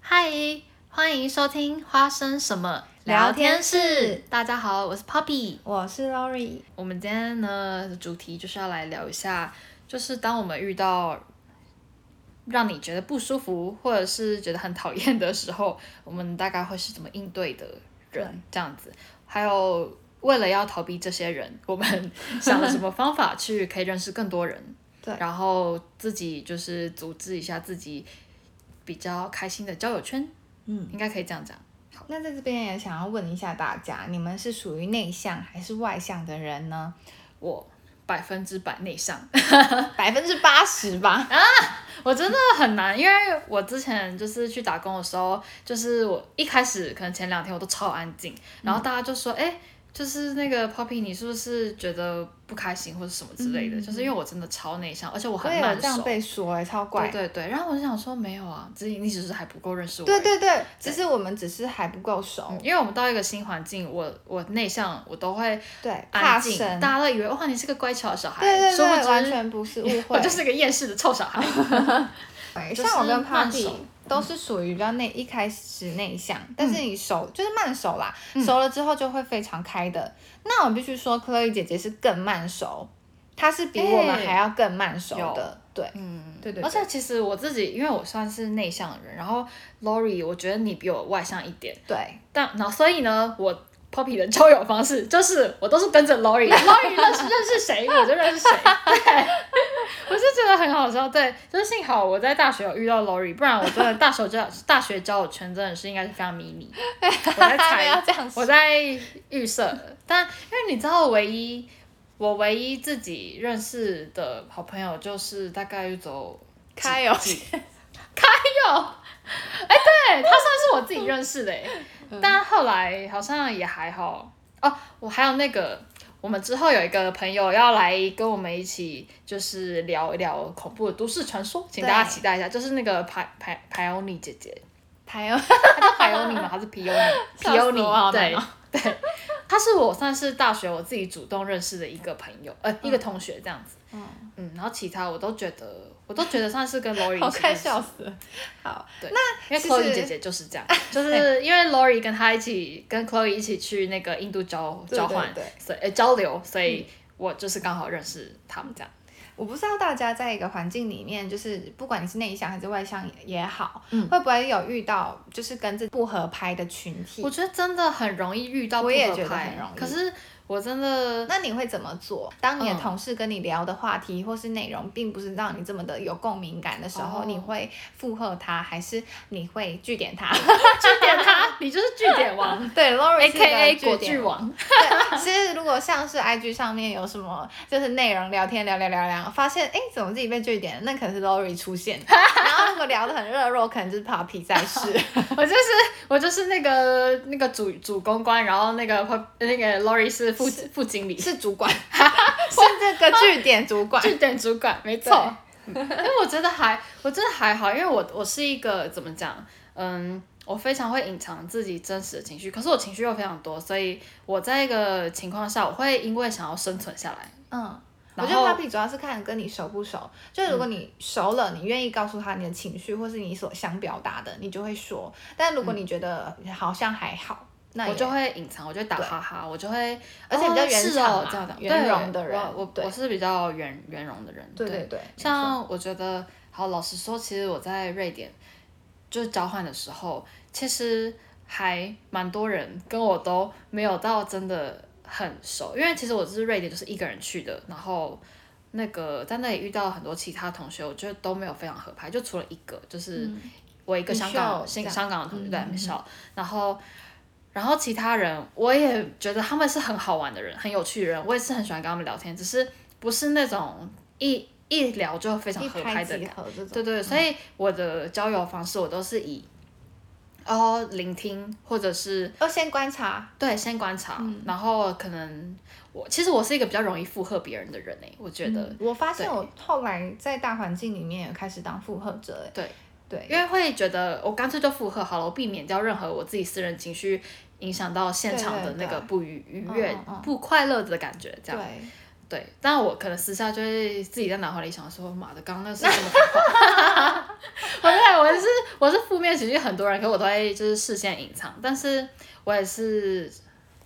嗨，欢迎收听《花生什么聊天室大家好，我是 Poppy。我是 Lori，我们今天呢，主题就是要来聊一下，就是当我们遇到让你觉得不舒服，或者是觉得很讨厌的时候，我们大概会是怎么应对的对人这样子。还有，为了要逃避这些人，我们想了什么方法去可以认识更多人？对然后自己就是组织一下自己比较开心的交友圈，嗯，应该可以这样讲。那在这边也想要问一下大家，你们是属于内向还是外向的人呢？我百分之百内向。百分之八十吧。我真的很难，因为我之前就是去打工的时候，就是我一开始可能前两天我都超安静，然后嗯大家就说，哎、就是那个 Poppy，你是不是觉得不开心或者什么之类的？就是因为我真的超内向，而且我嗯 我很也有慢这样熟。被说、欸，超怪对。对对，然后我就想说没有啊，只是你只是还不够认识我而对已。对对，只是我们只是还不够熟，嗯，因为我们到一个新环境，我我内向，我都会对，怕安静，生。大家都以为哇你是个乖巧的小孩，对对殊不对，知 完全不是误我会。 就是个厌世的臭小孩。对就是像我跟慢嗯 Papi 熟都是属于比较内，一开始内向，但嗯是你熟就是慢熟啦，熟了之后就会非常开的。那我必须说，Chloe 姐姐是更慢熟，她是比我们哎还要更慢熟的。对，哦嗯，对对对而且其实我自己，因为我算是内向的人，然后 Lori，我觉得你比我外向一点，对，但然后所以呢，我 Poppy 的交友方式就是我都是跟着 Lori，Lori 认识认识谁我就 认识谁，对，我是觉得很好笑，对，就是幸好我在大学有遇到 Lori，不然我真的大学交大学交友圈真的是应该是非常迷你， 我 在不猜要这样说我在预设，但因为你知道，唯一我唯一自己认识的好朋友就是大概走开哦， 开有，哎、对他算是我自己认识的、欸，但后来好像也还好哦。我还有那个，我们之后有一个朋友要来跟我们一起，就是聊一聊恐怖的都市传说，请大家对期待一下，就是那个排排排欧尼姐姐，还有她叫排欧尼吗？还是皮欧尼？皮欧尼笑死我好，难对哦对，她是我算是大学我自己主动认识的一个朋友，呃，一个同学这样子。嗯嗯，然后其他我都觉得，我都觉得算是跟 Lori 一起好快认识笑死了。好，对，因那为其 Chloe 实姐姐就是这样，啊就是因为 Lori 跟她一起跟 Chloe 一起去那个印度交对交换对，所以、呃交流，所以我就是刚好认识他们这样。我不知道大家在一个环境里面，就是不管你是内向还是外向也好，嗯会不会有遇到就是跟自己不合拍的群体我？觉得真的很容易遇到不我也合觉得拍很容易可是我真 的那你会怎么做？当你的嗯同事跟你聊的话题、或是内容，并不是让你这么的有共鸣感的时候，哦你会附和他，还是你会据点他？据点他，你就是据点王 对，Lori 是一个，A.K.A 据果点剧 王。对，其实如果像是 IG 上面有什么就是内容聊天聊聊聊聊，发现哎怎么自己被据点了，那可能是 Lori 出 现的。然后如果聊得很热络，可能就是 Papi 在 世。我就是我就是那个那个主主公关，然后那个那个 Lori 是副副经理，是主管， 是这个据点主 管。据点主管，没错。 因为我觉得还，我真的还好，因为我我是一个怎么讲，嗯，我非常会隐藏自己真实的情绪，可是我情绪又非常多，所以我在一个情况下，我会因为想要生存下来，嗯，我然觉得后嗯 Papi 主要是看跟你熟不熟，就是如果你熟了，你愿意告诉他你的情绪或是你所想表达的，你就会说；嗯但如果你觉觉得好像还好，那我也就会隐藏，我就会打哈哈，我就会，而且比较哦圆是场哦嘛，这样讲，圆对融的人我我对我是比较圆圆融的人，对对对，没错像我觉得，好，老实说，其实我在瑞典就是交换的时候，呃其实还蛮多人跟我都没有到真的很熟，因为其实我是瑞典就是一个人去的，然后那个在那里遇到很多其他同学，我觉得都没有非常合拍，就除了一个，就是嗯我一个香港 Michelle，新这样香港的同学对嗯 m i 然后。然后其他人，我也觉得他们是很好玩的人，很有趣的人，我也是很喜欢跟他们聊天，只是不是那种一一聊就非常一合拍拍的即合嗯这种。对对，所以我的交友方式我都是以哦聆听或者是要先观察，对先观察，嗯然后可能我其实我是一个比较容易附和别人的人欸诶，我觉得、嗯我发现对我后来在大环境里面也开始当附和者，哎对对，因为会觉得我干脆就附和好了，我避免掉任何我自己私人情绪影响到现场的对对那对个不愉愉嗯悦嗯、嗯不快乐的感觉，这样对，对，但我可能私下就会自己在脑海里想说，妈的，刚刚那是什么话？ 我对我是我是负面情绪很多人，可我都会就是事先隐藏，但是我也是，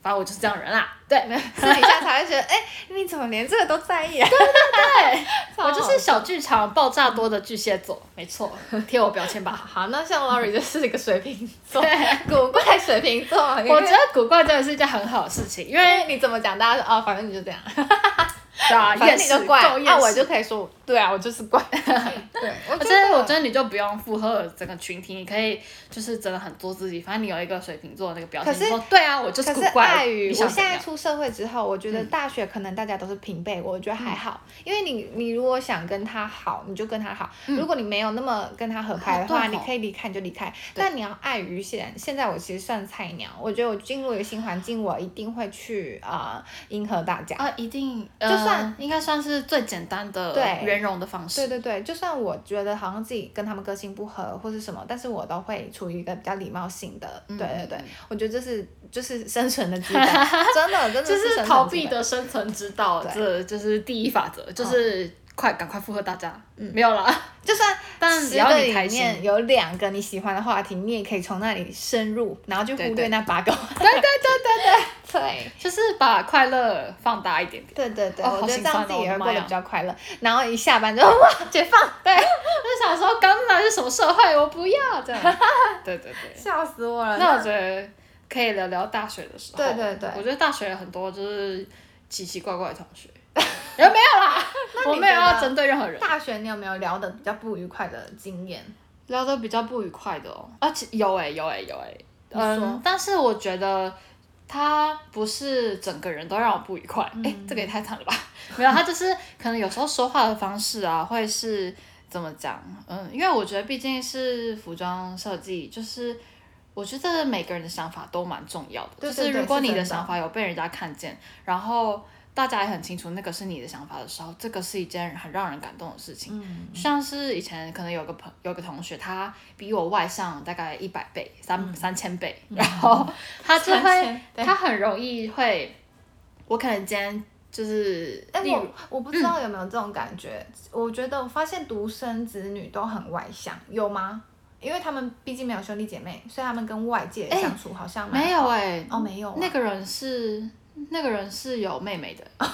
反正我就是这样人啦。对，私底下才会觉得，哎、你怎么连这个都在意啊？ 对，超好我就是小剧场爆炸多的巨蟹座，没错，贴我标签 吧。好，那像 Lori 就是一个水瓶座对，古怪水瓶 座。我觉得古怪真的是一件很好的事情，因因为为你怎么讲，大家说哦，反正你就这样，对啊， 反正厌你世就怪，够那、厌我世。就可以说，对啊，我就是怪。 对，我我觉得，我觉得你就不用附和整个群体，你可以就是真的很做自己。反正你有一个水瓶座的那个标签，可是你说对啊，我就是可古是怪。碍于你我想现怎在样？出社会之后，我觉得大学可能大家都是平辈，我觉得还好，因为你你如果想跟他好，你就跟他好；如果你没有那么跟他合拍的话，哦对哦你可以离开你就离开。对但你要碍于现现在我其实算菜鸟，我觉得我进入一个新环境，我一定会去啊、呃迎合大家。啊，一定，就呃、算应该算是最简单的对圆融的方式。对对对，就算我觉得好像自己跟他们个性不合或是什么，但是我都会处于一个比较礼貌性的。嗯对对对嗯，我觉得这是就是生存的基本，真的真的就是是生存逃基避本的生存之道，对这就是第一法则，就是快赶快附和大家。没有啦，就算但十只要个你里开心面有两个你喜欢的话题，你也可以从那里深入，然后就忽对略对那八 个。对对对对就是把快乐放大一点点。对对对，哦好我觉得心这酸样哦自己也我的会妈过得呀比较快乐。然后一下班就哇解 放，对，我就想说，刚来是什么社会，我不要这样。 对对对。笑死我 了那我觉得可以聊聊大学的时候。对对对我觉得大学有很多就是奇奇怪怪的同 学。也没有啦，那我你没有觉得要针对任何人。大学你有没有聊的比较不愉快的经验？聊得比较不愉快的哦，而且有哎、有哎、有哎、你说嗯，但是我觉得他不是整个人都让我不愉快，哎、这个也太惨了吧？ 没有，他就是可能有时候说话的方式啊，会是怎么讲？嗯，因为我觉得毕竟是服装设计，就是。我觉得每个人的想法都蛮重要的，对对就是对如果是你真的的想法有被人家看见，然后大家也很清楚那个是你的想法的时候，这个是一件很让人感动的事情。嗯，像是以前可能有个朋有个同学，他比我外向大概一百倍，三、三千倍，然 后他就嗯三会千对他很容易会，我可能今天就是，但例如哎嗯我我不知道有没有这种感觉。我觉得我发现独生子女都很外向，有吗？因为他们毕竟没有兄弟姐妹，所以他们跟外界哎相处好像蛮没有哎、哦没有啊那个人是那个人是有妹 妹的，哦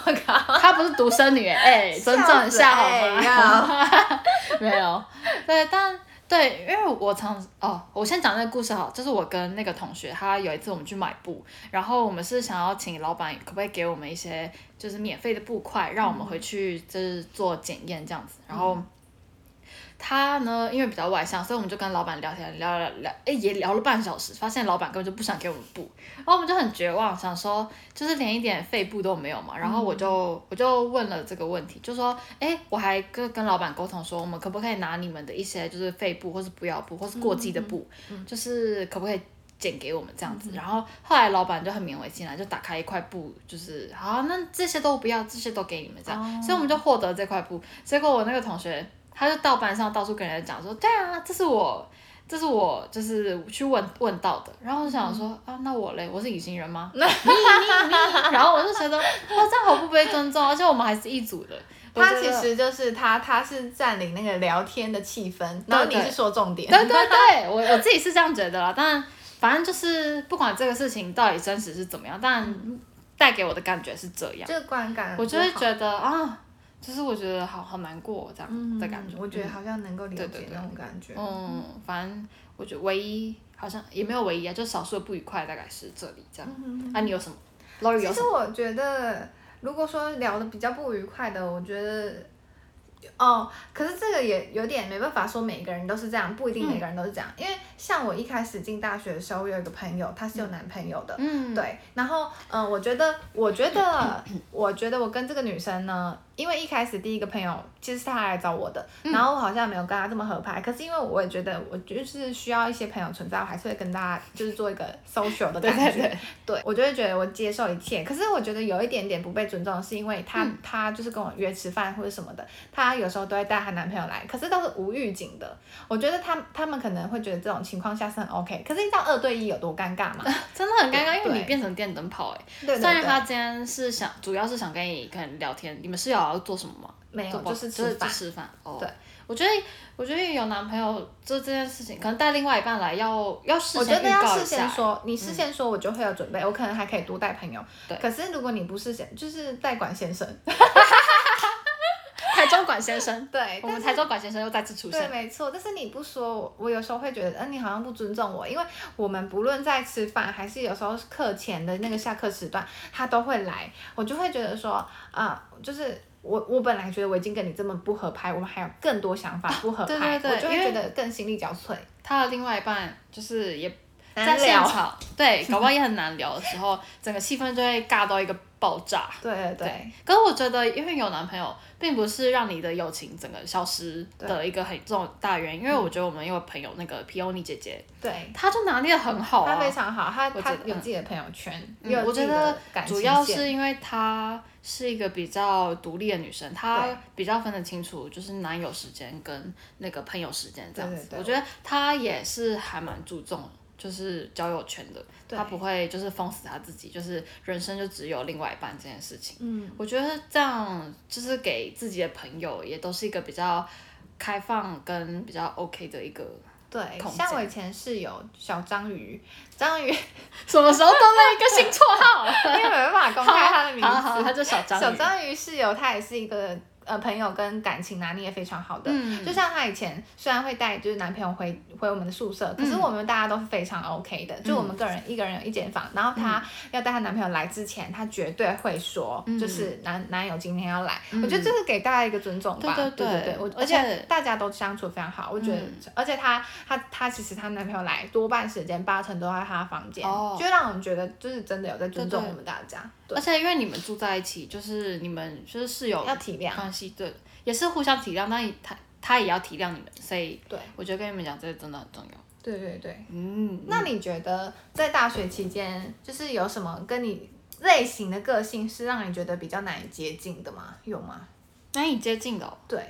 她不是独生女哎、欸，尊重一下好哎吗？吗？ 没有，对，但对，因为我常哦，我先讲那个故事好，就是我跟那个同学，他有一次我们去买布，然后我们是想要请老板可不可以给我们一些就是免费的布块，让我们回去就是做检验这样子，然后。他呢，因为比较外向，所以我们就跟老板聊天，聊聊聊，哎、也聊了半小时，发现老板根本就不想给我们布，然后我们就很绝望，想说就是连一点废布都没有嘛。然后我就、我就问了这个问题，就说，哎、我还跟跟老板沟通说，我们可不可以拿你们的一些就是废布，或是不要布，或是过季的布，就是可不可以？剪给我们这样子，然后后来老板就很勉为其难，就打开一块布，就是好，那这些都不要，这些都给你们这样，哦所以我们就获得这块布。结果我那个同学他就到班上到处跟人家讲说，对啊，这是我，这是我就是去问问到的。然后我就想嗯说、啊，那我嘞，我是隐形人 吗？你你你，然后我就觉得哇，这样好不被尊重，而且我们还是一组的。我他觉其得实就是他，他是占领那个聊天的气氛，然后你对是说重点。对对对，我我自己是这样觉得啦。但反正就是不管这个事情到底真实是怎么样，但带给我的感觉是这样，这个观感不我好，就会觉得啊，就是我觉得好好难过这样、的感觉。嗯我觉得好像能够了对对解对那种感觉。嗯，反正我觉得唯一好像也没有唯一啊，就少数的不愉快大概是这里嗯这样。啊，你有什么？Lori 有其什实么？我觉得，如果说聊的比较不愉快的，我觉得。哦，可是这个也有点没办法说每个人都是这样，不一定每个人都是这样，因为像我一开始进大学的时候，我有一个朋友，她是有男朋友的，嗯，对，然后嗯、呃我觉得，我觉得，我觉得我跟这个女生呢，因为一开始第一个朋友其实是她来找我的，嗯然后我好像没有跟她这么合拍，可是因为我也觉得我就是需要一些朋友存在，我还是会跟大家就是做一个 social 的感觉， 对对对 对我就会觉得我接受一嗯切。可是我觉得有一点点不被尊重，是因为她、她就是跟我约吃饭或者什么的，她她有时候都会带她男朋友来，可是都是无预警的。我觉得他他们可能会觉得这种情况下是很 OK，可是你知道二对一有多 尴尬吗？真的很尴尬，因为对你变成电灯泡哎、对对虽然对他今天是想，主要是想跟你可能聊天，你们是有要做什么吗？没有做报就是就吃是饭吃饭。哦，对，我觉得我觉得有男朋友这这件事情，可能带另外一半来要要事我觉先得预要告一事下先欸。说，你事先说，我就会有准备，我可能还可以多带朋友。对可是如果你不事先，就是代管先生，台中管先生，对，我但们是台中管先生又再次出对，现。没错。但是你不说，我我有时候会觉得，嗯、你好像不尊重我，因为我们不论在吃饭，还是有时候课前的那个下课时段，他都会来，我就会觉得说，啊、就是。我我本来觉得我已经跟你这么不合拍，我们还有更多想法不合拍，啊对对对我就会因为觉得更心力交瘁，他的另外一半就是也在难现 聊。 场，对，搞不好也很难聊的时候，整个气氛就会尬到一个爆炸。对对对对，可是我觉得，因为有男朋友，并不是让你的友情整个消失的一个很重大原因。因为嗯我觉得我们有朋友那个皮欧尼姐姐，对，她就拿捏的很好他啊非。常好，他我他觉得有嗯自己的朋友圈，嗯也有我自觉己得的感情主要线是因为她是一个比较独立的女生，她对比较分得清楚，就是男友时间跟那个朋友时间这样子。对对对我觉得她也是还蛮注重就是交友圈的，对她不会就是封死她自己，就是人生就只有另外一半这件事情。嗯，我觉得这样就是给自己的朋友也都是一个比较开放跟比较 OK 的一个，对，空像间我以前室友小章鱼，章鱼 因 什么时候多了一个新绰号？ 为没办法公开他的名好啊好好，字，他叫小章小鱼。章鱼室友他也是一个呃朋友跟感情拿捏非常好的，嗯就像她以前虽然会带就是男朋友回回我们的宿舍，可是嗯我们大家都是非常 OK 的，就我们个人一个人有一间房，然后她要带她男朋友来之前，她绝对会说，嗯就是男男友今天要来，嗯我觉得这是给大家一个尊重吧，对对对对对我而而且且大家都相处得非常好，我觉得，嗯而且她她她其实她男朋友来多半时间八成都在她房间，哦就让我们觉得就是真的有在尊重对对我们大家，对而，且因为你们住在一起，就是你们就是室友要体谅，关系，对，也是互相体谅，但他他也要体谅你们，所以对我觉得跟你们讲这个真的很重要。对对对。嗯，那你觉得在大学期间，就是有什么跟你类型的个性是让你觉得比较难以接近的吗？有吗？难以接近的哦、对，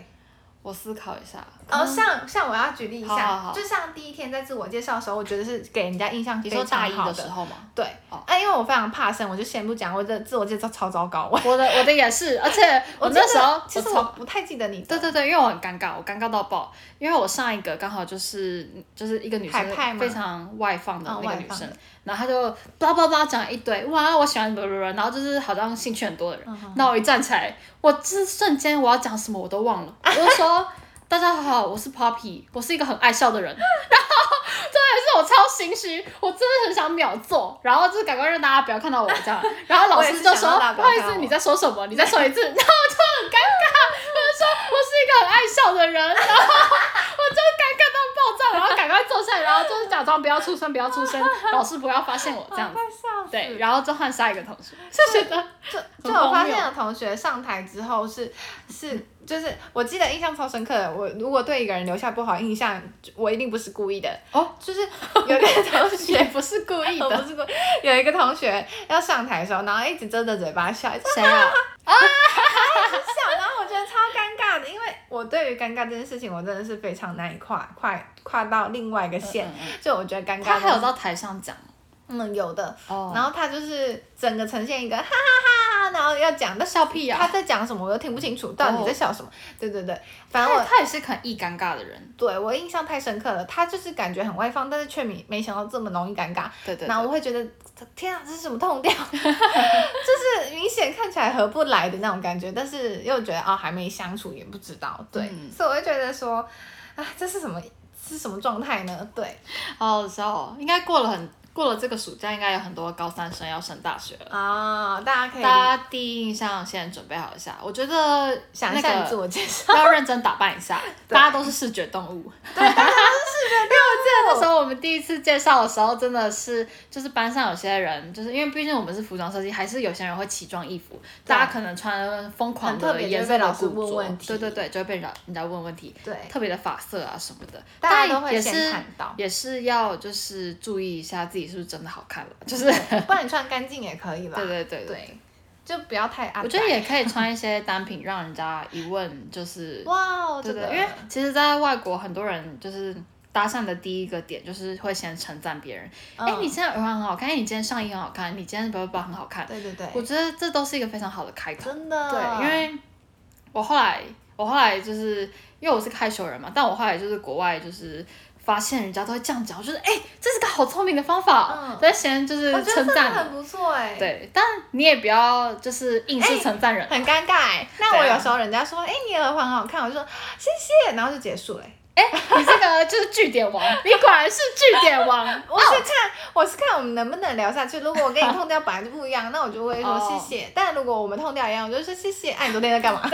我思考一下。哦，像像我要举例一下，嗯好好好就像第一天在自我介绍的时候，我觉得是给人家印象你非说常大一好的时候吗？对，哦啊，因为我非常怕生，我就先不讲，我的自我介绍超糟糕，我我的我的也 是，而且我哦那真的时候其实超我不太记得你的，对对对，因为我很尴尬，我尴尬到爆，因为我上一个刚好就是就是一个女海派生吗非常外放的哦那个外女放生，然后她就叭叭叭讲一堆，哇，我喜欢什么什么，然后就是好像兴趣很多的嗯人，那、我一站起来，我这瞬间我要讲什么我都忘了，我就说 大家好，我是 Poppy，我是一个很爱笑的人，然后真的是我超心虚，我真的很想秒做，然后就是赶快让大家不要看到我这 样，然后老我也师是就想说让大家不不好要意看思到你我再说什么，你再说一次， 然后我就很尴尬，我就说我是一个很爱笑的人， 然后我就尴尬到爆炸，然后赶快坐下来，然后就是假装不要出声，不要出声，老师不要发现我这样子快。笑死，对，然后就换下一个同学，就觉得嗯 就就很我发荒现谬有同学上台之后是是就是，我记得印象超深刻的。我如果对一个人留下不好印象，我一定不是故意的。哦，就是有一个也同 学，不是故意 我的不。是故意有一个同学要上台的时候，然后一直遮着嘴巴笑，一直谁啊？ 笑，然后我觉得超尴尬的，因为我对于尴尬这件事情，我真的是非常难以跨跨跨到另外一个线。嗯嗯就我觉得尴尬，他还有到台上讲嗯有的，哦，然后他就是整个呈现一个哈哈哈，然后要讲，但笑屁啊呀、他在讲什么我都听不清楚，到底在笑什么？对对对，反正他我他也是很易尴尬的人，对我印象太深刻了，他就是感觉很外放，但是却没没想到这么容易尴尬。对对然后我会觉得，天啊，这是什么 痛调？就是明显看起来合不来的那种感觉，但是又觉得啊、还没相处也不知道，对，嗯所以我会觉得说，啊，这是什么？是什么状态呢？对好好笑哦。应该过了很过了这个暑假，应该有很多高三生要升大学了。啊、大家可以大家第一印象先准备好一下，我觉得想一那下你个自我 介绍。要认真打扮一下， 对大家都是视觉动 物。对，大家都是觉得那时候我们第一次介绍的时候，真的是就是班上有些人，就是因为毕竟我们是服装设计，还是有些人会奇装异服，对大家可能穿疯狂很特的别颜色就会被的老师古着问问题对对对，就会被人家人家问问题，对，特别的发色啊什么的，大家但都会也先是看 到也是要 就是注意一下自己是不是真的好看了，就是不然你穿干净也可以吧？对对对对，就不要太暗。我觉得也可以穿一些单品，让人家一问 就是，哇哦，对这对个，因为其实，在外国很多人就是搭讪的第一个点就是会先称赞别人，哎、嗯你现在耳环很好看，哎，你今天上衣很好看，你今天包包包很好看，对对对，我觉得这都是一个非常好的开头。真的，对，因为我后来我后来就是因为我是个害羞人嘛，但我后来就是国外就是发现人家都会这样讲，我就是哎、这是个好聪明的方法嗯，但先就是我觉得称真的赞很不错哎、你。，对，但你也不要就是硬是称赞人，很尴尬哎、那对啊我有时候人家说，哎、你耳环好看，我就说谢谢，然后就结束了欸、你这个就是据点王，你果然是据点王。 我是看、我是看我们能不能聊下去。如果我 跟你痛调本来就不一样，那我就会说谢谢。哦但如果我们痛调一样，我就说谢谢。哎、你昨天在干嘛？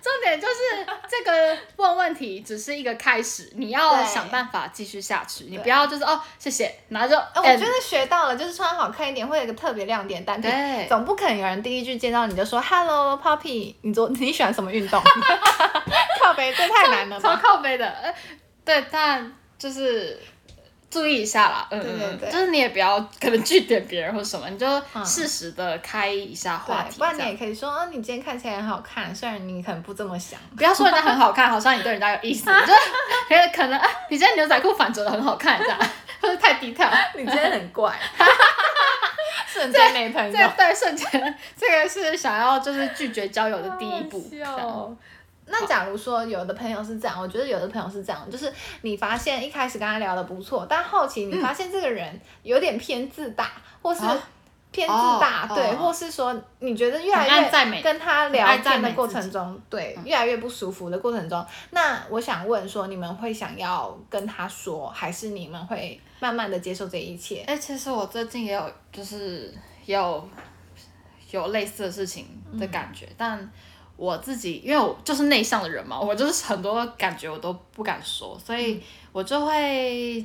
重点就是这个问问题只是一个开始，你要对想办法继续下去，你对不要就是哦谢谢，拿着。哎、我觉得学到了，就是穿好看一点会有一个特别亮点单品。对总不可能有人第一句见到你就说 “Hello Poppy”，你昨你喜欢什么运动？ 靠背，这太难 了超吧？靠背的，呃，对，但就是注意一下啦，嗯，对对嗯对就是你也不要可能据点别人或什么，你就适时的开一下话对，题，不然你这样也可以说，哦，你今天看起来很好看，虽然你可能不这么想。不要说人家很好看，好像你对人家有意 思，就是可能啊，你今天牛仔裤反折的很好看，这样， 或者太低 调，你今天很 怪，瞬间没朋这友个。对瞬间，这个是想要就是拒绝交友的第一步，这样哦。那假如说有的朋友是这样，我觉得有的朋友是这样，就是你发现一开始跟他聊的不错，但后期你发现这个人有点偏自大，或是嗯啊偏自大，哦对，哦或是说你觉得越来很爱赞越美跟他很爱聊赞天美自己的嗯过程中，对，越来越不舒服的过程中，那我想问说，你们会想要跟他说，还是你们会慢慢的接受这一切？哎、其实我最近也有，就是也有有类似的事情的感觉，但我自己因为我就是内向的人嘛，我就是很多感觉我都不敢说，所以我就会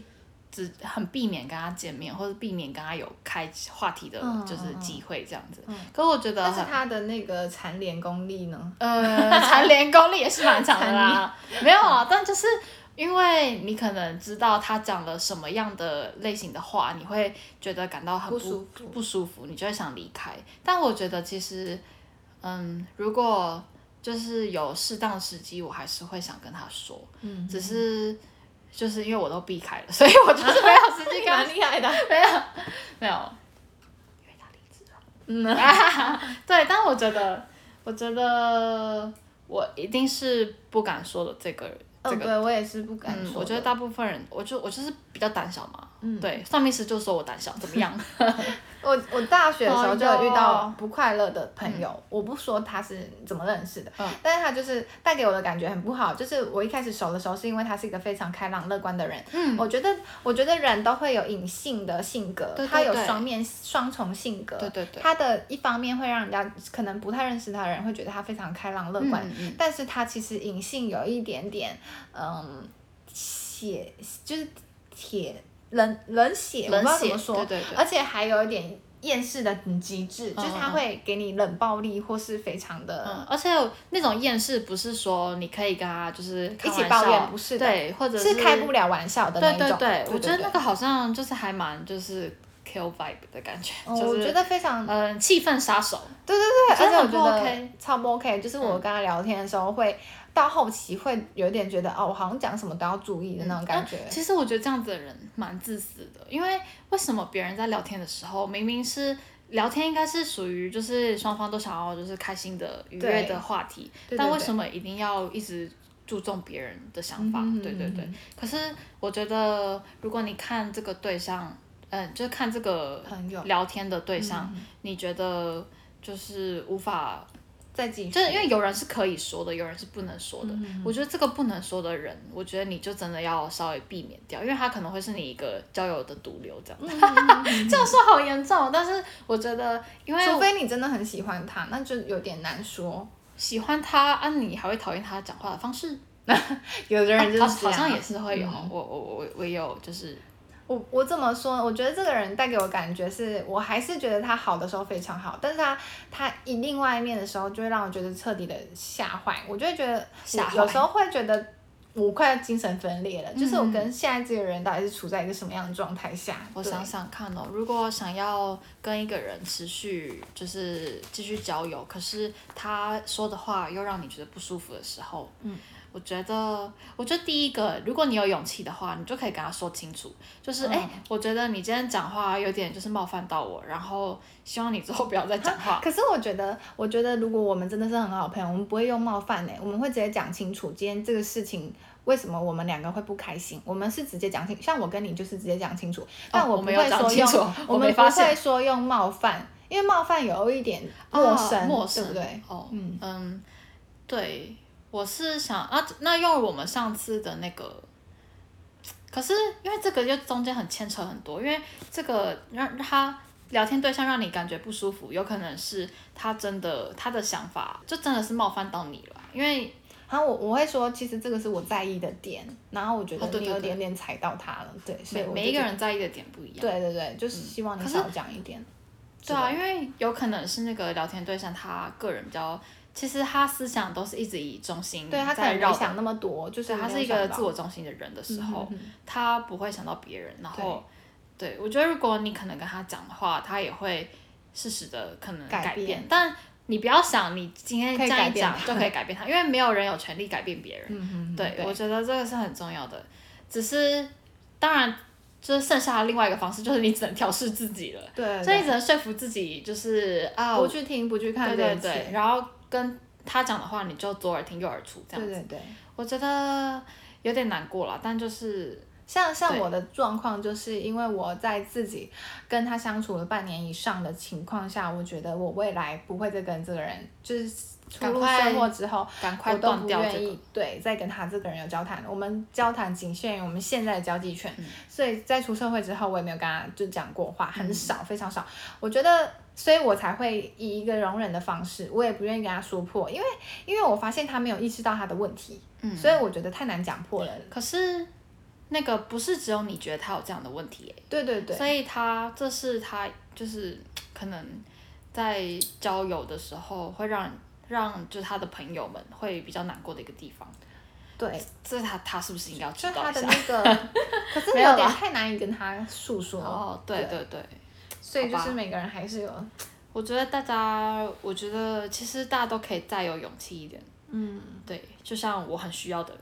只很避免跟他见面，或者避免跟他有开话题的嗯，就是嗯嗯机会这样子。可我觉得但是很。他的那个蝉联功力呢？呃，蝉联功力也是蛮强的啦。没有啊，但就是因为你可能知道他讲了什么样的类型的话，你会觉得感到很不不舒服不舒服，你就会想离开。但我觉得其实，嗯，如果就是有适当时机，我还是会想跟他说，嗯，只是就是因为我都避开了，所以我就是没有时 机跟他蛮厉害的。没有没有。嗯，对，但我觉得，我觉得我一定是不敢说的这个这嗯，个。对我也是不敢嗯，说的。我觉得大部分人，我就我就是比较胆小嘛。嗯对，算命师就说我胆小，怎么样？我我大学的时候就有遇哎到呦不快乐的朋友，我不说他是怎么认识的，嗯但是他就是带给我的感觉很不好。就是我一开始熟的时候，是因为他是一个非常开朗乐观的人。嗯我觉得我觉得人都会有隐性的性格，对对他有对双面双重性格。对对对，他的一方面会让人家可能不太认识他的人会觉得他非常开朗乐观，嗯嗯但是他其实隐性有一点点，嗯，血就是铁冷冷血，我冷不知道怎血，么说，对对对，而且还有一点厌世的很极致，就是他会给你冷暴力或是非常的，嗯，而且那种厌世不是说你可以跟他就是开一起玩抱怨笑不是的对，或者是开不了玩笑的那对一种。对对，我觉得对那个好像就是还蛮就是 kill vibe 的感觉，嗯就我是觉得非常嗯气氛杀手，对对对，真而的且我不觉得 OK 嗯超不 OK，就是我跟他聊天的时候会到后期会有点觉得哦，我好像讲什么都要注意的那种感觉嗯。其实我觉得这样子的人蛮自私的，因为为什么别人在聊天的时候，明明是聊天应该是属于就是双方都想要就是开心的愉悦的话题，对对但对为什么一定要一直注重别人的想法？嗯哼对对对嗯。可是我觉得，如果你看这个对象，嗯，就是看这个朋友嗯聊天的对象，你觉得就是无法再继续，就是因为有人是可以说的，有人是不能说的。嗯我觉得这个不能说的人，我觉得你就真的要稍微避免掉，因为他可能会是你一个交友的毒瘤嗯这样。 这样说好严重，但是我觉得，因为除非你真的很喜欢他，那就有点难说。喜欢他啊，你还会讨厌他讲话的方式，有的人就啊好是这好样啊嗯像也是会有。我我我我也有，就是我我怎么说？我觉得这个人带给我感觉是，我还是觉得他好的时候非常好，但是他他一另外一面的时候，就会让我觉得彻底的吓坏。我就会觉得吓坏有时候会觉得我快精神分裂了，就是我嗯跟现在这个人到底是处在一个什么样的状态下？我对想想看哦，如果想要跟一个人持续就是继续交友，可是他说的话又让你觉得不舒服的时候，嗯，我觉得，我觉得第一个，如果你有勇气的话，你就可以跟他说清楚，就是嗯哎、诶我觉得你今天讲话有点就是冒犯到我，然后希望你之后不要再讲话。可是我觉得，我觉得如果我们真的是很好的朋友，我们不会用冒犯欸呢、我们会直接讲清楚今天这个事情为什么我们两个会不开心，我们是直接讲清，像我跟你就是直接讲清楚，但哦不没会有讲说清用，楚，我没们不发现会说用冒犯，因为冒犯有一点 陌生，啊、陌生对不对？哦，嗯嗯，对，我是想啊，那用我们上次的那个，可是因为这个就中间很牵扯很多，因为这个让他聊天对象让你感觉不舒服，有可能是他真的他的想法就真的是冒犯到你了，因为然后我我会说，其实这个是我在意的点，然后我觉哦得对你对有对点点踩到他了，对，所以每我每就一个觉人在意的点不一得，样。嗯对对对，就是希望你可是少讲一点，对啊，因为有可能是那个聊天对象他个人比较，其实他思想都是一直以中心对他可在能绕没的想那么多，就是对，他没是有一个想到自我中心的人的时候，嗯哼他不会想到别人。然后，对我觉得，如果你可能跟他讲的话，他也会适时的可能改改变但你不要想你今天可这以样改一变讲就可以改变他，因为没有人有权利改变别人。嗯哼对，对我觉得这个是很重要的。只是，当然，就是剩下的另外一个方式，就是你只能调试自己了，对，所以你只能说服自己，就是啊，不去听，不去对看这对一切，对，然后跟他讲的话，你就左耳听右耳出这样对子。对对。我觉得有点难过了，但就是像像对我的状况，就是因为我在自己跟他相处了半年以上的情况下，我觉得我未来不会再跟这个人，就是出赶入快社会之后，赶快我都断不掉这愿个意。对再跟他这个人有交谈。我们交谈仅限于我们现在的交际嗯圈，所以在出社会之后，我也没有跟他就讲过话，嗯很少，非常少。我觉得，所以我才会以一个容忍的方式，我也不愿意跟他说破，因为因为我发现他没有意识到他的问题，嗯所以我觉得太难讲破了。可是那个不是只有你觉得他有这样的问题、对对对欸，。所以他这是他就是可能在交友的时候会让让就是他的朋友们会比较难过的一个地方。对，这是他他是不是应该要知就道他一的下？那个， 可是没有有点啦太难以跟他诉说，哦，对对对，所以就好是吧每个人还是有，我觉得大家，我觉得其实大家都可以再有勇气一点。嗯。对，就像我很需要的，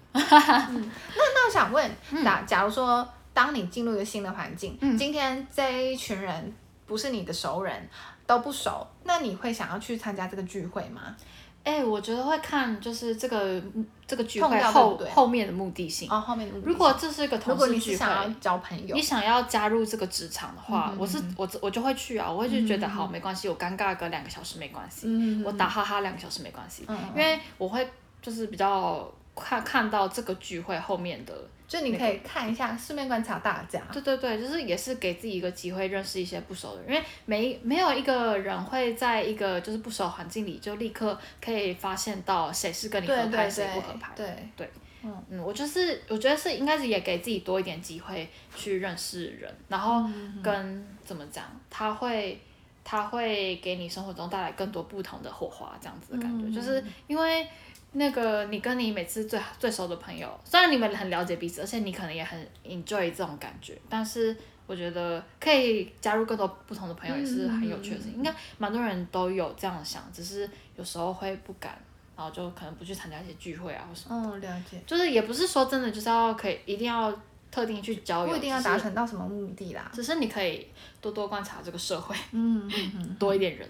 那我想问，假假如说，当你进入一个新的环境，嗯今天这一群人不是你的熟人，都不熟，那你会想要去参加这个聚会吗？哎、我觉得会看就是这个这个聚碰会到后对不对后面的目的性。哦，后面如果这是一个如同果事你聚会是想，要交朋友你，想要加入这个职场的话，嗯嗯我是我我就会去啊，我会就觉得好没关系，我尴尬个两个小时没关系，嗯我打哈哈两个小时没关系，嗯嗯因为我会就是比较看看到这个聚会后面的，就你可以看一下，顺便观察大家。对对对，就是也是给自己一个机会认识一些不熟的人，因为没没有一个人会在一个就是不熟的环境里就立刻可以发现到谁是跟对你合对拍，对谁不合拍。对，嗯，我就是我觉得是应该是也给自己多一点机会去认识人，嗯然后跟、怎么讲，他会他会给你生活中带来更多不同的火花，这样子的感觉，就是嗯因为那个你跟你每次最最熟的朋友，虽然你们很了解彼此，而且你可能也很 enjoy 这种感觉，但是。我觉得可以加入更多不同的朋友也是很有趣的事情，嗯应该蛮多人都有这样想，只是有时候会不敢，然后就可能不去参加一些聚会啊或什么。嗯，了解，就是也不是说真的就是要可以一定要特定去交友，不一定要达成到什么目的啦。只是，只是你可以多多观察这个社会，嗯，嗯嗯多一点人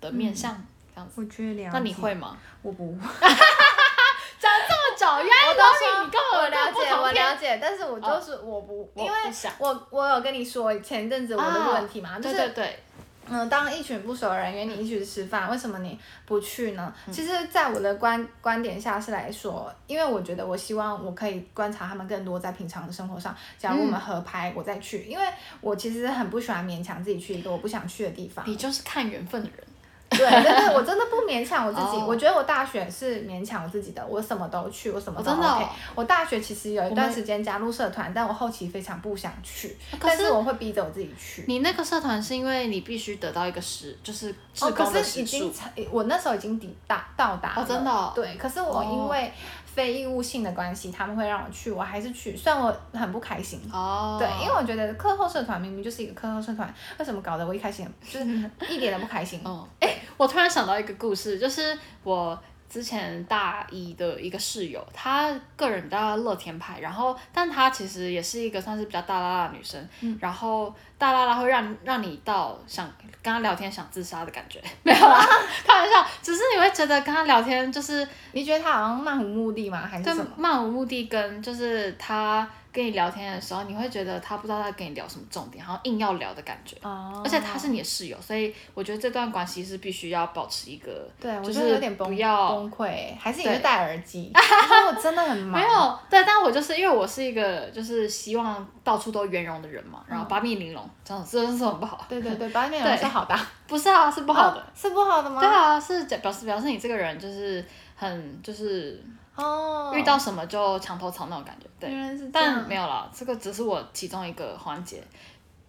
的面相、这样子。我觉嗯得了解。那你？会吗？我不会。讲这么久，原来我都都说是你跟有我了更不解，同我片哦了解，但是我就是我不，我因为不想啊我我有跟你说前阵子我的问题嘛，就对是对对，嗯，当一群不熟的人约你一起去吃饭，为什么你不去呢？嗯其实，在我的观观点下是来说，因为我觉得我希望我可以观察他们更多在平常的生活上，假如我们嗯合拍，我再去，因为我其实很不喜欢勉强自己去一个我不想去的地方。你就是看缘分的人。对，真的，我真的不勉强我自 己。哦我觉得我大学是勉强我自己的，我什么都去，我什么我都真的 OK 哦。我大学其实有一我段们时间加入社团，但我后期非常不想去，可但是是我会逼着我自己去。你那个社团是因为你必须得到一个时，就是志哦，工可的是已时经数。成我那时候已经抵达到达哦了真的哦对，可是我哦因为非义务性的关系，他们会让我去，我还是去，虽然我很不开心。哦，对，因为我觉得课后社团明明就是一个课后社团，为什么搞得我一开心就是 一点都不开心？嗯，哎、我突然想到一个故事，就是我之前大一的一个室友，她个人比较乐天派，然后但她其实也是一个算是比较大拉拉的女生，然后大拉拉会让让你到想跟她聊天想自杀的感觉， 没有啦，开玩笑，只是你会觉得跟她聊天就是你觉得他好像漫无目的吗？还是对什啊么？漫无目的跟就是她跟你聊天的时候，你会觉得她不知道在跟你聊什么重点，然后硬要聊的感觉。哦而且他是你的室友，所以我觉得这段关系是必须要保持一个，对，我就觉得是有点崩不要崩溃，还是你对就戴耳机？ 因为我真的很忙。没有对，但我就是因为我是一个就是希望到处都圆融的人嘛，然后八面玲珑，这样这就是很不好，嗯对对对，八面有是好的 啊， 不是啊，是不好的，哦是不好的吗？对啊，是讲表示表示你这个人就是很就是哦，遇到什么就墙头草那种感觉，对，原来嗯是这啊但样没有啦，这个只是我其中一个环节，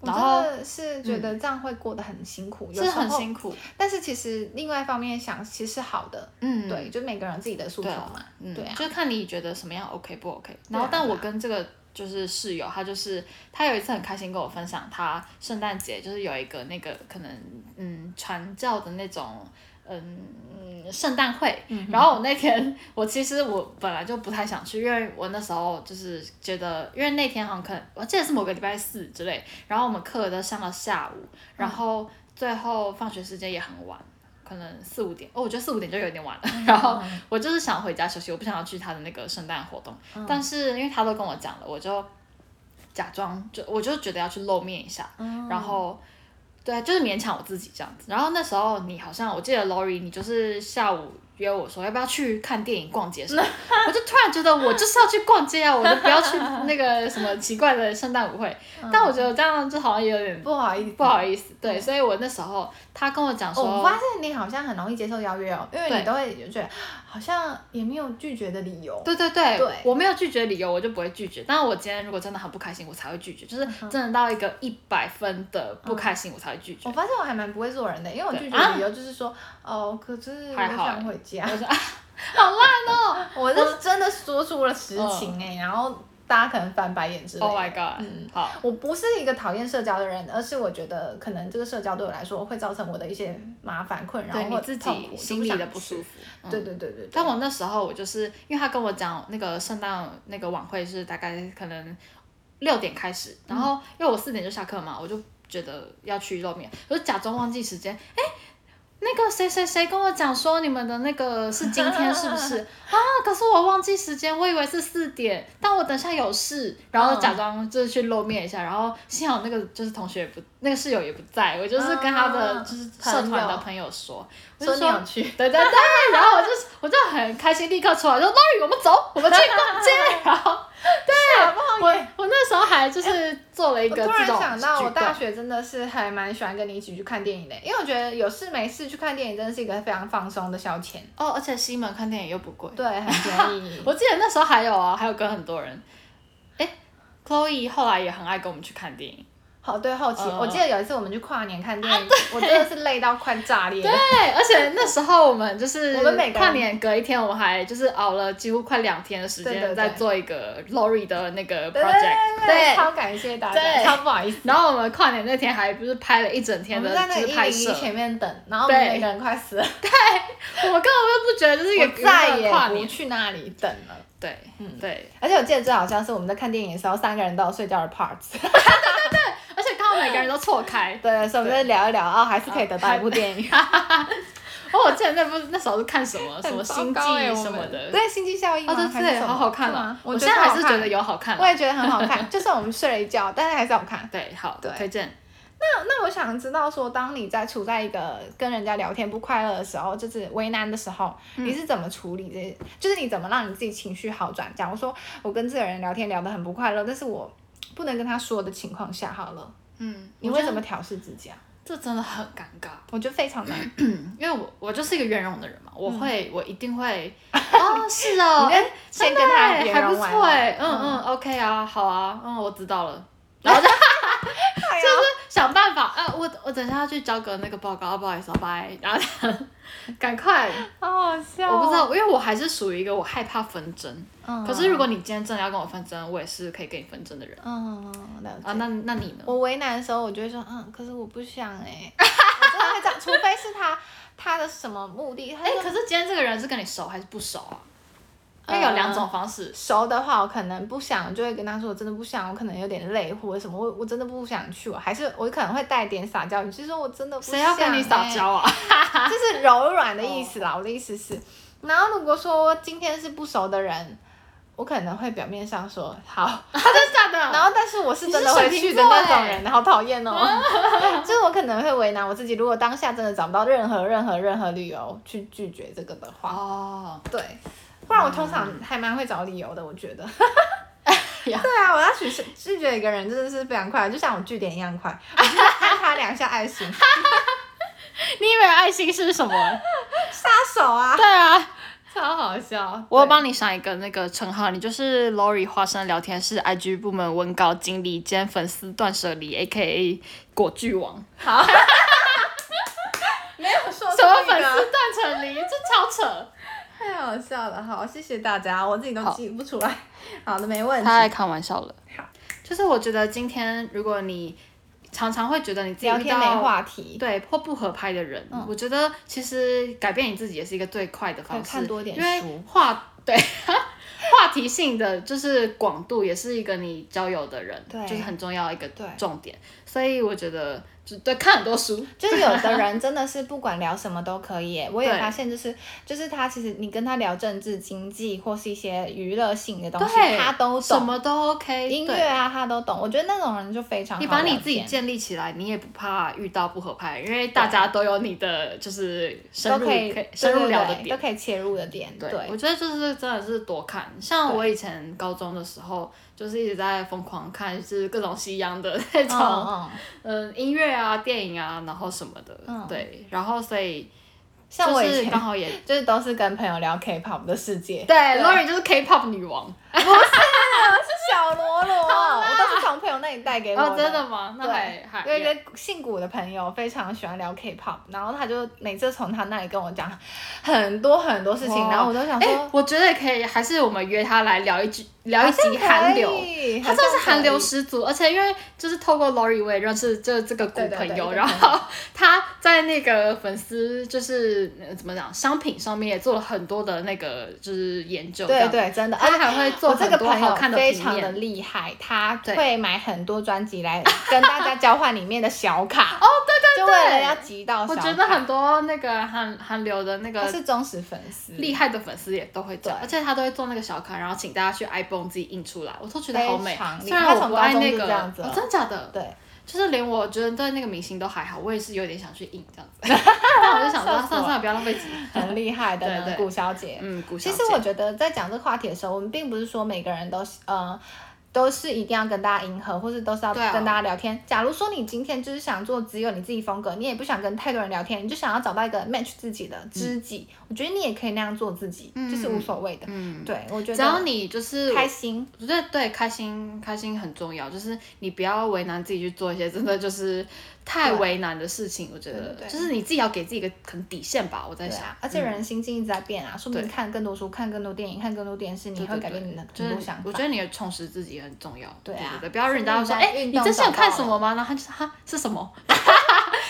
我然真后嗯的是觉得这样会过得很辛苦，有是时很候辛苦，但是其实另外一方面想，其实是好的，嗯，对，就每个人自己的诉求对啊嘛，嗯，对啊就是看你觉得什么样 OK 不 OK。然对后啊，但对我啊跟这个就是室友，他就是他有一次很开心跟我分享，他圣诞节就是有一个那个可能嗯传教的那种。嗯，圣诞会，嗯然后我那天我其实我本来就不太想去，因为我那时候就是觉得，因为那天好像可能我记得是某个礼拜四之类，然后我们课都上到下午，嗯然后最后放学时间也很晚，可能四五点，哦，我觉得四五点就有点晚了， 然后嗯我就是想回家休息，我不想要去他的那个圣诞活动。但是因为他都跟我讲了，我就假装就我就觉得要去露面一下，然后对，就是勉强我自己这样子。然后那时候你好像我记得 Lori，你就是下午约我说要不要去看电影、逛街什么的，我就突然觉得我就是要去逛街啊，我就不要去那个什么奇怪的圣诞舞会。但我觉得这样就好像有点不好意思，不好意思，对，所以我那时候他跟我讲说，哦我发现你好像很容易接受邀约哦，因为对你都会觉得 好像也没有拒绝的理由。对对对，对我没有拒绝理由，我就不会拒绝。但是我今天如果真的很不开心，我才会拒绝，就是真的到一个一百分的不开心，我才会拒绝。我发现我还蛮不会做人的，因为我对啊拒绝的理由就是说，哦，可是我还好想回家， 好烂哦、嗯我是真的说出了实情哎、然后大家可能翻白眼之类 o h Oh my 的。嗯 god！、好，我不是一个讨厌社交的人，而是我觉得可能这个社交对我来说会造成我的一些麻烦困扰，对你或自痛苦己心里的不舒。我就想去服。嗯对对对对对。但我那时候我就是因为他跟我讲那个圣诞那个晚会是大概可能六点开始，然后嗯因为我四点就下课嘛，我就觉得要去露面，我就假装忘记时间，哎、那个谁谁谁跟我讲说你们的那个是今天是不 是啊？可是我忘记时间，我以为是四点，但我等下有事，然嗯后假装就是去露面一下，然后幸好那个就是同学也不，那个室友也不在，我就是跟他的嗯就是社朋团的友朋友说，我就说你说有去， 对对 对，然后我就我就很开心，立刻出来说 Lori，我们走，我们去逛街。 然后对，我我那时候还就是做了一哎我个突这然种想到，我举动大学真的是还蛮喜欢跟你一起去看电影的，因为我觉得有事没事去看电影真的是一个非常放松的消遣，哦，而且西门看电影又不贵。对，很便宜。我记得那时候还有啊，还有跟很多人，哎，Chloe 后来也很爱跟我们去看电影。 好，对，后期、嗯我记得有一次我们去跨年看电影，我真的是累到快炸裂。对，而且那时候我们就是我们每个人跨年隔一天，我们还就是熬了几乎快两天的时对对对间，在做一个 Lori 的那个对对对 project。对，超感谢大家，对超不好意思。然后我们跨年那天还不是拍了一整我天的，们在那就个是一拍零一摄。前面等，然后我们对每个人快 死了，我根本就不觉得这是一个我再娱乐也跨不年。去那里等了。对，嗯对，而且我记得最好笑是我们在看电影的时候，三个人都有睡觉的 parts。 而且刚好每个人都错 开。对，所以我们就聊一聊啊、哦，还是啊可以得到一部电 影。哦，我记得那部那时候是看什么什么星际欸什么的。对，星际效应吗啊哦，对还是对，什么好好看是啊吗！我觉现得在好还是觉得 看，有好看我啊。也觉得很好看，就算我们睡了一觉，但是还是好看。对，嗯好，对推荐。那那我想知道说，当你在处在一个跟人家聊天不快乐的时候，就是为难的时候，嗯你是怎么处理这？就是你怎么让你自己情绪好转？假如说我跟这个人聊天聊得很不快乐，但是我不能跟他说的情况下，好了，嗯，你我会觉得怎么调试自己啊？这真的很尴尬，我觉得非常难。你因为我我就是一个圆融的人嘛，我会、我一定 会哦，是 哦，哎先先跟他对圆还不融完错哎，嗯嗯，OK 啊，好啊，嗯，我知道 了。然后再哎就是想办法，呃，我我等一下要去交个那个报告，不好意思、啊，拜。然后赶 快，好好笑、我不知道，因为我还是属于一个我害怕纷争。嗯。哦可是如果你今天真的要跟我纷争，我也是可以跟你纷争的人嗯，嗯了解。啊。那那你呢？我为难的时候，我就会说，嗯，可是我不想 哎、欸，我真的会这样，除非是他他的什么目的，他哎、就说可是今天这个人是跟你熟还是不熟啊？因为有两种方式。熟的话，我可能不想，就会跟他说我真的不想，我可能有点累或者什么，我我真的不想去，我还是我可能会带点撒娇语气说，我真的不想、谁要跟你撒 娇哦啊？ 欸？就是柔软的意思啦，我的意思是，然后如果说今天是不熟的人。我可能会表面上说好，真的 假的？然后但是我是真的会去的那种人，好 讨厌嗯哦。就是我可能会为难我自己，如果当下真的找不到任何任何任何理由去拒绝这个的话，哦，对，不然我通常还蛮会找理由的，我觉得。 哎对呀啊，我要拒拒绝一个人真的是非常快，就像我据点一样快，我就是拍他两下爱心， 你以为爱心是什么？ 杀手啊，对啊，超好笑。我有帮你想一个那个称号，你就是 Lori 花生聊天室 IG 部门文稿经理兼粉丝断舍离 AKA 果剧王。好， 没有说什么错粉一丝个，断舍离？这超扯！太好笑了。好，谢谢大家，我自己都好记不出来。好的，没问题。他在开玩笑了。好，就是我觉得今天如果你常常会觉得你自己聊遇天到没话题，对或不合拍的人，嗯我觉得其实改变你自己也是一个最快的方式，可以看多点因为书话对话题性的就是广度也是一个你交友的人对就是很重要一个对重点，所以我觉得就对看很多书，就是有的人真的是不管聊什么都可以耶， 我也对发现就是就是他其实你跟他聊政治、经济或是一些娱乐性的东西，对他都什懂，么都 OK，音乐对。啊他都懂。我觉得那种人就非常好你把你聊自己天建立起来，你也不怕遇到不合拍，因为大家都有你的就是深都入可以可以深入聊的对点对对，都可以切入的点，对，对，我觉得就是真的是多看，像对我以前高中的时候，就是一直在疯狂看，就是各种西洋的那种，嗯嗯，嗯音乐啊、电影啊，然后什么的，嗯对，然后所以像我就以是前刚好也 就是都是跟朋友聊 K-pop 的世界，对，Lori 就是 K-pop 女王，是小罗罗， 我都是从朋友那里带给我哦，真的吗？那还对，还有一个姓古的朋友非常喜欢聊 K-pop，然后他就每次从他那里跟我讲很多很多事情，哇然后我都想哎、说，我觉得可以，还是我们约她来聊一句，聊一好像集韩流可。以他真的是韩流好像十足，而且因为就是透过 Lori 我也认识这这个古对对对嗯朋一个友，朋友然后他在那个粉丝就是呃怎么讲商品上面也做了很多的那个就是研究，可以对这样，对，真的，而他且。还会做我这很个多朋好友看的非平常的面。厉害，他对会买很多专辑来跟大家交换里面的小 卡。哦，对对对，就为了要集到小我卡。觉得很多那个韩韩流的那他个是忠实粉丝，厉害的粉丝也都会做，嗯对而且他都会做那个小卡，然后请大家去 iPhone 自己印出来，我都觉得好美非常。厉害虽然他我从不高爱中那就个，这样子了哦真的假的？对，就是连我觉得对那个明星都还好，我也是有点想去印这样子， 但我就想说笑死我算了算了，不要浪费纸。很厉害的对呢，对古小姐。嗯，古小其姐实我觉得在讲这个话题的时候，我们并不是说每个人都是呃都是一定要跟大家迎合，或是都是要对啊跟大家聊天。假如说你今天就是想做只有你自己风格，你也不想跟太多人聊天，你就想要找到一个 match 自己的知己，我觉得你也可以那样做自己，就是无所谓的。嗯，对，我觉只要得你就是开心，我觉得对开心开心很重要，就是你不要为难自己去做一些真的就是太对为难的事情。我觉对得对对就是你自己要给自己一个可能底线吧。我在对想啊，，而且人的心境一直在变啊，说不定看更多书、看更多电影、看更多电视，你对会对改变你的就很是多想我法觉。得你的充实自己很重要。对啊对对，不要让人家说甚至哎、在运你动之前有找到看什么吗？然后他就说哈是什么？ 这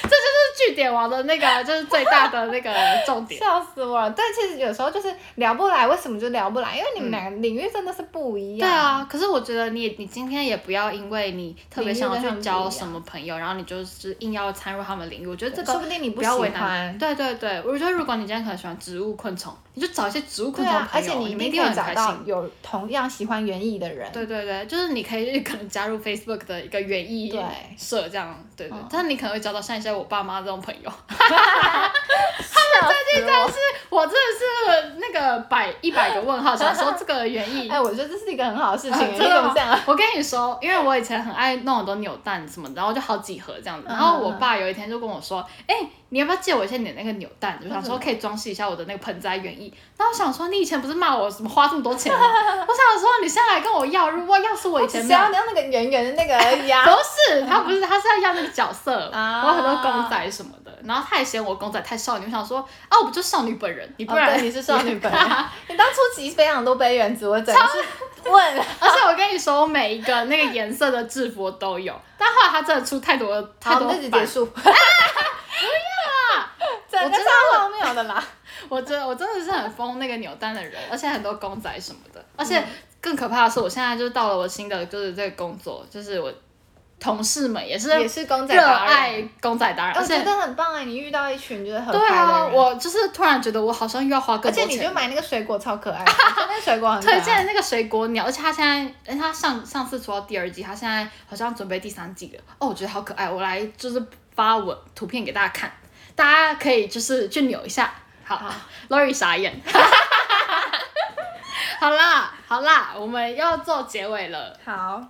就是据点王的那个就是最大的那个重点。笑死我了！对，其实有时候就是聊不来，为什么就聊不来？因为你们两个领域真的是不一嗯对样。啊，可是我觉得你也你今天也不要因为你特别领域想跟他要去们交不一什么朋友，然后你就是硬要掺入他们领域。我觉得这说个不定你不要喜为难。欢。对对对，我觉得如果你今天可能喜欢植物昆虫，你就找一些植物对昆虫的啊，而朋且友，你你们一一定定会会很找开心到。有同样喜欢园艺的人。对对对，就是你可以可能加入 Facebook 的一个园艺对社这样，对嗯对，但你可能会交到像一些我爸妈这种朋友，最近真的是我真的是那个百一百个问号，想说这个原意 哎、我觉得这是一个很好的事情、啊你真的怎么吗这样啊？我跟你说，因为我以前很爱弄很多扭蛋什么的，然后就好几盒这样子。嗯然后我爸有一天就跟我说：“哎、你要不要借我一下你的那个扭蛋？”就想为什么说可以装饰一下我的那个盆栽园艺。然后我想说，你以前不是骂我什么花这么多钱吗？我想说你现在来跟我要，如果要是我以 前只没有要你要那个圆圆的那个 而已啊。不是，他不是，他是要要那个角色， 啊我有很多公仔什么的，然后他也嫌我公仔太少女，我想说啊，我不就少女本人，你不然、哦对你是 少女本人，你当初其实非常多杯原子，我真的是问， 而且我跟你说，我每一个那个颜色的制服我都有，但后来他真的出太多太好，我多们这集版 结束。不要啦啦，整个我知超荒谬的 啦。我真我真的是很疯那个扭蛋的人，而且很多公仔什么嗯的，而且更可怕的是，我现在就到了我新的就是这个工作，就是我同事们也是也是公仔热达人爱公仔达人，哎而我觉且得很棒哎，你遇到一群就是合对拍的啊，人，我就是突然觉得我好像又要花而更多且钱。你就买那个水果超可爱的，我觉得那个水果很可 推爱。荐那个水果鸟，而且它现在，而且它上上次出到第二季，它现在好像准备第三季了。哦，我觉得好可爱，我来就是发文图片给大家看，大家可以就是去扭一下。好 好 l o r i 傻眼。 好啦，好啦，我们要做结尾了。好。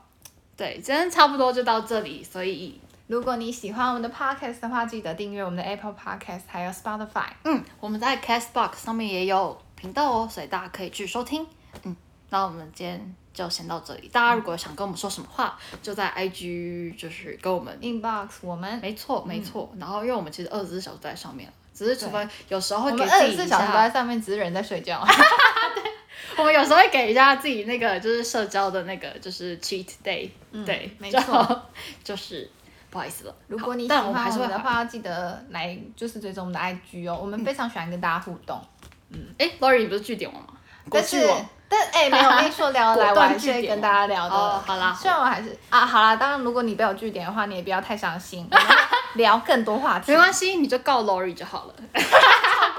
对，今天差不多就到这里，所以如果你喜欢我们的 podcast 的话，记得订阅我们的 Apple Podcast 还有 Spotify。嗯，我们在 Castbox 上面也有频道哦，所以大家可以去收听。嗯，那我们今天就先到这里。大家如果想跟我们说什么话，就在 IG 就是跟我们 Inbox 我们，没错，没错。嗯然后，因为我们其实二十四小时都在上面，只是除非有时候我会给们二自十己四一小时都在下，上面，只是人在睡 觉。我们有时候会给一下自己那个就是社交的那个就是 cheat day，、对，嗯没就错，就是 不好意思了。如好果你喜但欢我我们还是会们的还。话，要记得来就是追踪我们的 IG 哦，我们非常喜欢跟大家互动。哎，Lori，你不是据点王吗？国但剧是网。但哎、没有，我跟你说 聊得来，果我断还是据会点跟大家聊的。哦好啦虽然我还是啊，好啦，当然如果你被我据点的话，你也不要太伤心，我们会聊更多话 题没，关系，你就告 Lori 就好了，超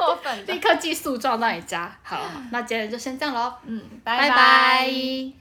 过分的立。刻寄诉状到你家。好，那今天就先这样喽，嗯，拜拜拜